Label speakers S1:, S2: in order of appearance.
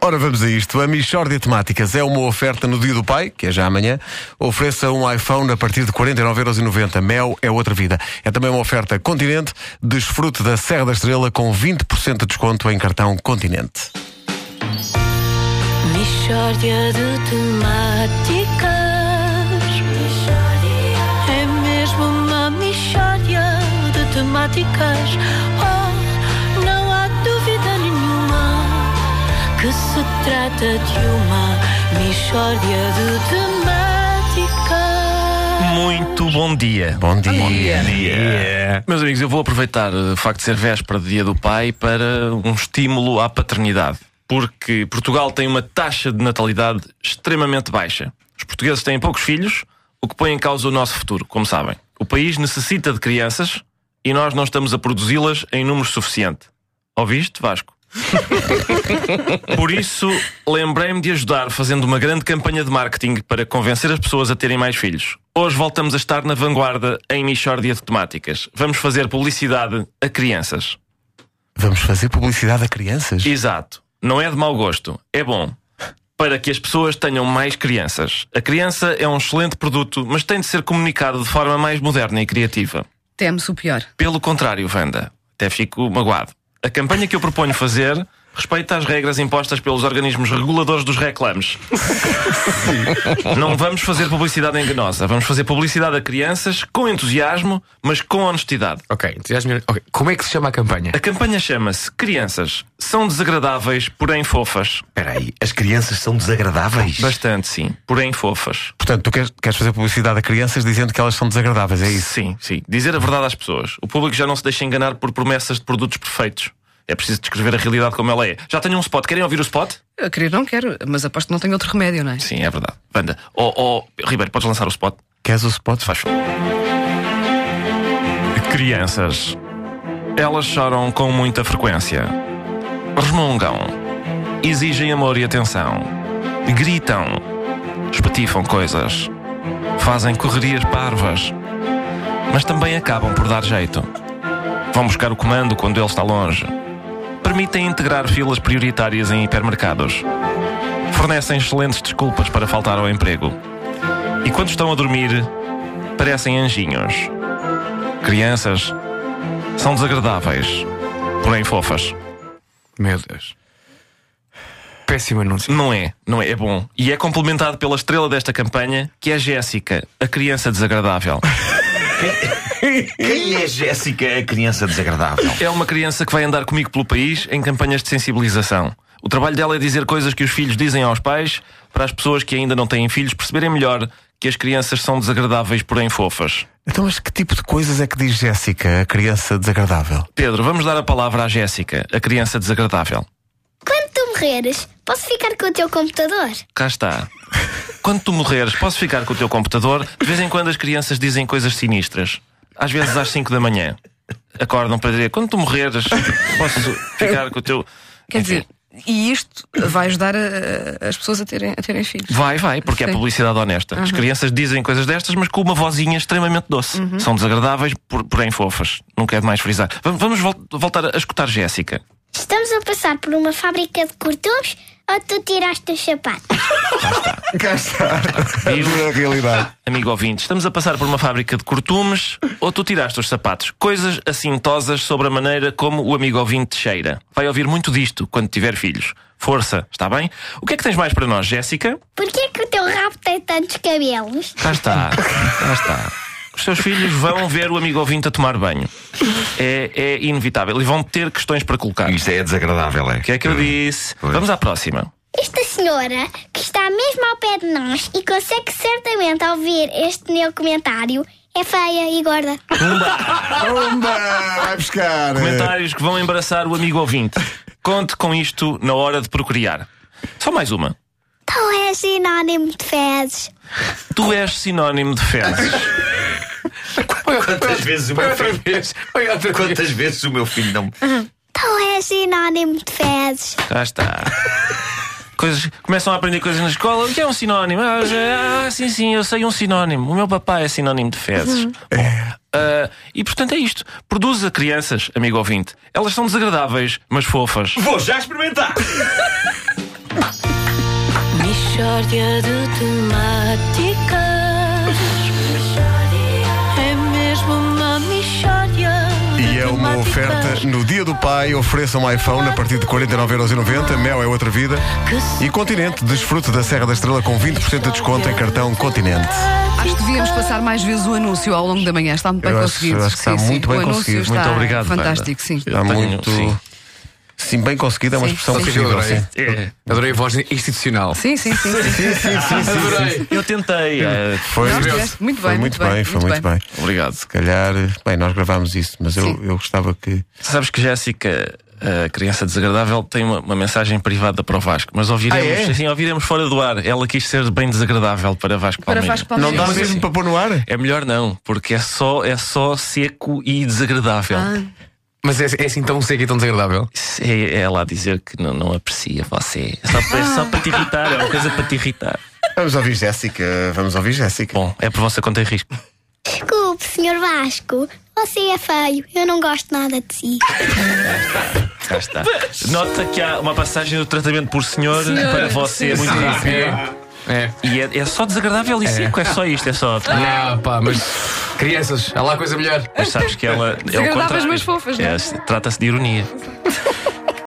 S1: Ora, vamos a isto. A Michórdia Temáticas é uma oferta no dia do pai, que é já amanhã. Ofereça um iPhone a partir de 49,90€. Mel é outra vida. É também uma oferta Continente. Desfrute da Serra da Estrela com 20% de desconto em cartão Continente.
S2: Mishória de temáticas É mesmo uma mishória de temáticas Oh, não há dúvida nenhuma Que se trata de uma mishória de temáticas
S3: Muito bom dia.
S1: Bom dia. Bom dia.
S3: Meus amigos, eu vou aproveitar eh, o facto de ser véspera de Dia do Pai para um estímulo à paternidade. Porque Portugal tem uma taxa de natalidade extremamente baixa. Os portugueses têm poucos filhos, o que põe em causa o nosso futuro, como sabem. O país necessita de crianças e nós não estamos a produzi-las em número suficiente. Ouviste, Vasco? Por isso, lembrei-me de ajudar fazendo uma grande campanha de marketing para convencer as pessoas a terem mais filhos. Hoje voltamos a estar na vanguarda em Michórdia de Temáticas. Vamos fazer publicidade a crianças.
S1: Vamos fazer publicidade a crianças?
S3: Exato. Não é de mau gosto. É bom. Para que as pessoas tenham mais crianças. A criança é um excelente produto, mas tem de ser comunicado de forma mais moderna e criativa.
S4: Temos o pior.
S3: Pelo contrário, Wanda, até fico magoado. A campanha que eu proponho fazer respeita as regras impostas pelos organismos reguladores dos reclames. Não vamos fazer publicidade enganosa, vamos fazer publicidade a crianças com entusiasmo, mas com honestidade.
S5: Ok, entusiasmo. ok. Como é que se chama a campanha?
S3: A campanha chama-se Crianças são desagradáveis, porém fofas.
S6: Espera aí, as crianças são desagradáveis?
S3: Bastante, sim, porém fofas.
S1: Portanto, tu queres, queres fazer publicidade a crianças dizendo que elas são desagradáveis, é isso?
S3: Sim, sim. Dizer a verdade às pessoas. O público já não se deixa enganar por promessas de produtos perfeitos. É preciso descrever a realidade como ela é. Já tenho um spot. Querem ouvir o spot?
S4: Eu querer não quero, mas aposto que não tenho outro remédio, não é?
S3: Sim, é verdade. Banda. Oh, oh, Ribeiro, podes lançar o spot?
S1: Queres o spot?
S3: Faz favor. Crianças. Elas choram com muita frequência. Resmungam. Exigem amor e atenção. Gritam. Espatifam coisas. Fazem correrias parvas. Mas também acabam por dar jeito. Vão buscar o comando quando ele está longe. Permitem integrar filas prioritárias em hipermercados. Fornecem excelentes desculpas para faltar ao emprego. E quando estão a dormir, parecem anjinhos. Crianças são desagradáveis, porém fofas.
S5: Meu Deus. Péssimo anúncio.
S3: Não é, não é, é bom. E é complementado pela estrela desta campanha, que é a Jéssica, a criança desagradável.
S6: Quem é Jéssica, a criança desagradável?
S3: É uma criança que vai andar comigo pelo país em campanhas de sensibilização. O trabalho dela é dizer coisas que os filhos dizem aos pais para as pessoas que ainda não têm filhos perceberem melhor que as crianças são desagradáveis, porém fofas.
S1: Então, mas que tipo de coisas é que diz Jéssica, a criança desagradável?
S3: Pedro, vamos dar a palavra à Jéssica, a criança desagradável.
S7: Quando tu morreres, posso ficar com o teu computador?
S3: Cá está. Quando tu morreres, posso ficar com o teu computador? De vez em quando as crianças dizem coisas sinistras. Às vezes às 5 da manhã. Acordam para dizer: Quando tu morreres, posso ficar com o teu.
S4: Quer
S3: Enfim,
S4: dizer, e isto vai ajudar a- a- as pessoas a terem, a terem filhos.
S3: Vai, vai, porque é
S4: Sim. Uhum.
S3: publicidade honesta. As crianças dizem coisas destas, mas com uma vozinha extremamente doce.
S4: Uhum.
S3: São desagradáveis, por- porém fofas. Nunca é demais frisar. Vam- Vamos vol- voltar a escutar Jéssica.
S7: Estamos a passar por uma fábrica de cortumes ou tu tiraste os sapatos?
S1: Cá está.
S3: Viu?
S1: É a realidade.
S3: Amigo ouvinte, estamos a passar por uma fábrica de cortumes ou tu tiraste os sapatos? Coisas assintosas sobre a maneira como o amigo ouvinte cheira. Vai ouvir muito disto quando tiver filhos. Força, está bem? O que é que tens mais para nós, Jéssica?
S7: Porquê é que o teu rabo tem tantos cabelos?
S3: Cá está, cá está. Os seus filhos vão ver o amigo ouvinte a tomar banho. É, é inevitável. E vão ter questões para colocar. O
S6: Isto é desagradável, é?
S3: que é que eu disse?
S6: Pois.
S3: Vamos à próxima.
S7: Esta senhora, que está mesmo ao pé de nós e consegue certamente ouvir este meu comentário, é feia e gorda.
S1: Pumba! Vai buscar.
S6: É.
S3: Comentários que vão embaraçar o amigo ouvinte. Conte com isto na hora de procriar. Só mais uma.
S7: Então é sinónimo de fezes.
S3: Tu és sinónimo de fezes.
S6: Quantas vezes
S3: é
S6: o meu filho... Quantas vezes o meu filho não...
S7: Então é sinónimo de fezes.
S3: Cá está. Coisas, começam a aprender coisas na escola. O que é um sinónimo? Ah, já- ah, sim, sim, eu sei um sinónimo. O meu papai é sinónimo de fezes.
S1: Uhum.
S3: Bom, ah, e portanto é isto. Produz a crianças, amigo ouvinte. Elas são desagradáveis, mas fofas.
S6: Vou já experimentar!
S2: Mistória de temáticas. É mesmo uma mistória. de
S1: E é uma
S2: temáticas
S1: oferta no Dia do Pai. Ofereça um iPhone a partir de 49,90€. Mel é outra vida.
S2: que se
S1: E Continente, desfrute da Serra da Estrela com 20% de desconto em cartão Continente.
S4: Acho que devíamos passar mais vezes o anúncio ao longo da manhã. Está muito bem
S1: Eu acho-
S4: conseguido.
S1: acho que está
S4: Sim, sim.
S1: muito bem
S4: o anúncio
S1: conseguido.
S4: Está
S1: Muito
S3: obrigado,
S4: Fantástico,
S3: Wanda.
S4: sim.
S3: Eu
S1: Está
S3: tenho-
S1: muito.
S3: sim.
S1: Sim, bem conseguida, é uma
S4: Sim,
S1: expressão
S4: sim.
S1: possível.
S5: Adorei.
S1: Sim.
S3: É.
S5: Adorei a voz institucional.
S4: Sim, sim, sim.
S1: Sim, sim, sim, sim, sim.
S5: Adorei.
S3: Eu tentei. é.
S1: Foi,
S4: Não, estiveste muito
S1: foi
S4: bem,
S1: muito
S4: muito bem,
S1: foi
S4: muito
S1: muito bem.
S4: bem.
S3: Obrigado.
S1: Se calhar, bem, nós gravámos isso, mas eu,
S4: Sim.
S1: eu gostava que.
S3: Sabes que Jéssica, a criança desagradável, tem uma, uma mensagem privada para o Vasco, mas ouviremos,
S1: Ah, é?
S3: assim, ouviremos fora do ar. Ela quis ser bem desagradável para Vasco
S4: Para
S3: Palmeira.
S4: Vasco Palmeira.
S1: Não dá
S3: Mas
S1: mesmo
S3: assim,
S1: para pôr no ar?
S3: É melhor não, porque é só, é só seco e desagradável.
S4: Ah.
S5: Mas é, é assim tão seco e tão desagradável.
S3: É, é lá dizer que não, não aprecia você. É Só para, é só para te irritar, é uma coisa para te irritar.
S1: Vamos ouvir Jéssica, vamos ouvir Jéssica.
S3: Bom, é por vossa conta e risco.
S7: Desculpe, Sr. Vasco, você é feio, eu não gosto nada de si.
S3: Cá está. Nota que há uma passagem do tratamento por senhor, para você muito rápido.
S5: É.
S3: E é, é só desagradável e seco, é só isto, é só.
S5: Não, pá, mas crianças, há lá coisa melhor.
S3: Mas sabes que ela. É o
S4: Desagradáveis,
S3: contrário.
S4: mas fofas, não é?
S3: É, se- Trata-se de ironia.